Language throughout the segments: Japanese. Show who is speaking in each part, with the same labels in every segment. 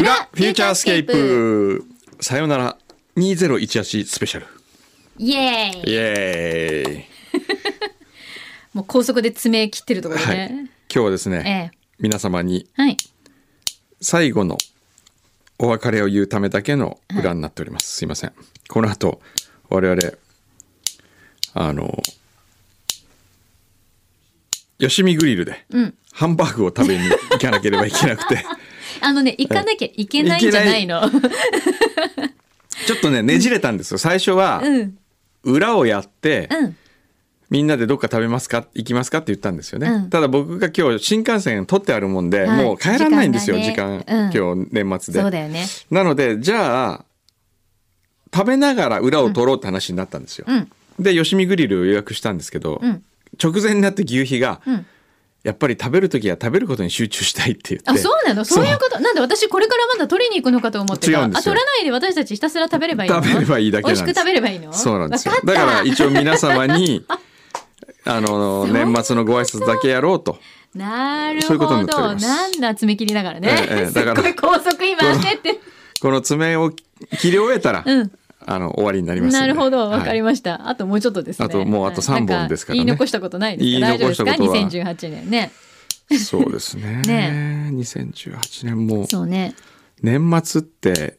Speaker 1: ューチャースケープさよなら2018スペシャル
Speaker 2: イエーイ
Speaker 1: イエーイ、
Speaker 2: もう高速で爪切ってるところ
Speaker 1: はい今
Speaker 2: ね、
Speaker 1: 日はですね、
Speaker 2: ええ
Speaker 1: 皆様に
Speaker 2: はい
Speaker 1: 最後のお別れを言うためだけの裏になっております、すいませんこの後我々あのよしみグリルで
Speaker 2: うん
Speaker 1: ハンバーグを食べに行かなければいけなくて
Speaker 2: あのね行かなきゃいけないんじゃないの
Speaker 1: ちょっとねねじれたんですよ最初は
Speaker 2: うん
Speaker 1: 裏をやって、
Speaker 2: うん
Speaker 1: みんなでどっか食べますか行きますかって言ったんですよね、
Speaker 2: うん
Speaker 1: ただ僕が今日新幹線取ってあるもんで、
Speaker 2: はい
Speaker 1: もう帰らないんですよ時
Speaker 2: 時
Speaker 1: 間,、
Speaker 2: 間がね
Speaker 1: 今日年末で
Speaker 2: そうだよね
Speaker 1: なのでじゃあ食べながら裏を取ろうって話になったんですよ、
Speaker 2: うん
Speaker 1: でよしみグリルを予約したんですけど、
Speaker 2: うん
Speaker 1: 直前になって牛皮が、
Speaker 2: うん
Speaker 1: やっぱり食べる時は食べることに集中したいって言って
Speaker 2: あそうなのそういうことなんで私これからまだ取りに行くのかと思って
Speaker 1: 違
Speaker 2: た
Speaker 1: う
Speaker 2: あ
Speaker 1: んですよ
Speaker 2: 取らないで私たちひたすら食べればいいの
Speaker 1: 食べればいいだ
Speaker 2: 美
Speaker 1: けなんです
Speaker 2: 味しく食べればいいの
Speaker 1: そうなんですよ
Speaker 2: わか
Speaker 1: だ
Speaker 2: った
Speaker 1: から一応皆 様にあ
Speaker 2: そういうこ
Speaker 1: の
Speaker 2: と
Speaker 1: 年末のご挨拶だけやろうと
Speaker 2: なる
Speaker 1: そういう
Speaker 2: ほ
Speaker 1: ことに
Speaker 2: ど
Speaker 1: なっております
Speaker 2: なんだ爪切りながらね、
Speaker 1: ええええだか
Speaker 2: すっ
Speaker 1: ら
Speaker 2: ごい高速今焦って
Speaker 1: この爪を切り終えたら、
Speaker 2: うん
Speaker 1: あの終わりになりますんで
Speaker 2: なるほど、わかり
Speaker 1: ま
Speaker 2: ました。あともうちょっとですね。
Speaker 1: あともうあと
Speaker 2: はい
Speaker 1: 3本ですから
Speaker 2: なん言い
Speaker 1: ね
Speaker 2: 残したことないですか。
Speaker 1: 言い
Speaker 2: 大丈夫
Speaker 1: 残
Speaker 2: で
Speaker 1: し
Speaker 2: す
Speaker 1: たこ
Speaker 2: か。
Speaker 1: とは
Speaker 2: 2018年ね。
Speaker 1: す、そうですね
Speaker 2: ね
Speaker 1: 2018年もう
Speaker 2: そうね。
Speaker 1: 年末って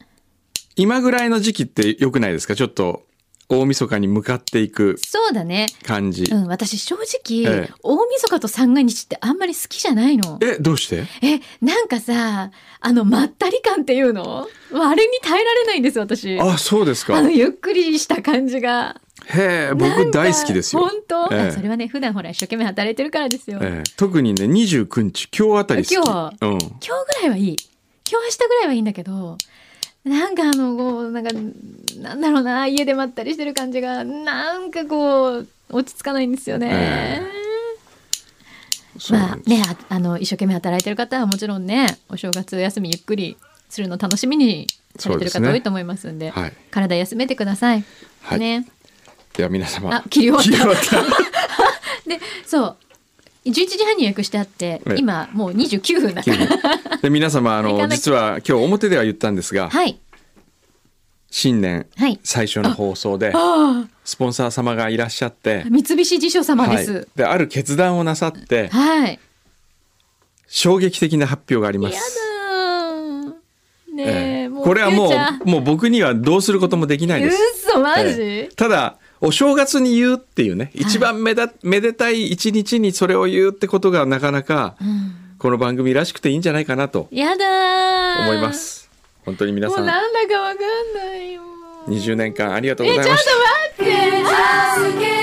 Speaker 1: 今ぐらいの時期って良くないですかちょっと大晦日に向かっていく
Speaker 2: そうだね。
Speaker 1: 感じ、
Speaker 2: うん、私正直、
Speaker 1: ええ
Speaker 2: 大晦日と三が日ってあんまり好きじゃないの。
Speaker 1: えどうして
Speaker 2: え、なんかさ、あのまったり感っていうの、あれに耐えられないんです私。
Speaker 1: あそうですか
Speaker 2: あの
Speaker 1: へ
Speaker 2: ゆっくりした感じが。
Speaker 1: え
Speaker 2: なん
Speaker 1: 僕
Speaker 2: か
Speaker 1: 大好きですよ
Speaker 2: 本、当、
Speaker 1: ええ
Speaker 2: あそれはね、普段ほら一生懸命働いてるからですよ。
Speaker 1: ええ特にね29日今日あたり好き
Speaker 2: 今日
Speaker 1: う
Speaker 2: 今
Speaker 1: ん、
Speaker 2: 日ぐらいはいい今日明日ぐらいはいいんだけどなんかあのこうなんかなんだろうな家でまったりしてる感じがなんかこう落ち着かないんですよね。
Speaker 1: そう
Speaker 2: ま
Speaker 1: な
Speaker 2: あ
Speaker 1: んです、
Speaker 2: ねああの一生懸命働いてる方はもちろんねお正月休みゆっくりするの楽しみにされてる
Speaker 1: そうですね
Speaker 2: 方多いと思いますんで
Speaker 1: はい
Speaker 2: 体休めてください。
Speaker 1: はい
Speaker 2: ね、
Speaker 1: では皆様
Speaker 2: あ切り終わった
Speaker 1: 切り終 わっ
Speaker 2: でそう11時半に予約してあって、
Speaker 1: ええ
Speaker 2: 今もう29分だ
Speaker 1: た
Speaker 2: から。
Speaker 1: で皆様あ
Speaker 2: 行
Speaker 1: の
Speaker 2: かなきゃ
Speaker 1: 実は今日表では言ったんですが、
Speaker 2: はい
Speaker 1: 新年
Speaker 2: はい
Speaker 1: 最初の放送で
Speaker 2: あ
Speaker 1: スポンサー様がいらっしゃって
Speaker 2: あ、三菱地所様で
Speaker 1: はい
Speaker 2: す。、
Speaker 1: である決断をなさって
Speaker 2: はい
Speaker 1: 衝撃的な発表がありま
Speaker 2: や
Speaker 1: す。
Speaker 2: だーねえ、
Speaker 1: ええ
Speaker 2: もう
Speaker 1: これはも
Speaker 2: ゆうちゃん
Speaker 1: うもう僕にはどうすることもできないです。
Speaker 2: 嘘マジ、
Speaker 1: ええただお正月に言うっていうね一番めだ、めでたい一日にそれを言うってことがなかなか
Speaker 2: うん
Speaker 1: この番組らしくていいんじゃないかなと
Speaker 2: やだー
Speaker 1: 思います。本当に皆
Speaker 2: も
Speaker 1: さ
Speaker 2: うんなんだかわかんないよ
Speaker 1: 20年間ありがとうございました。
Speaker 2: 待って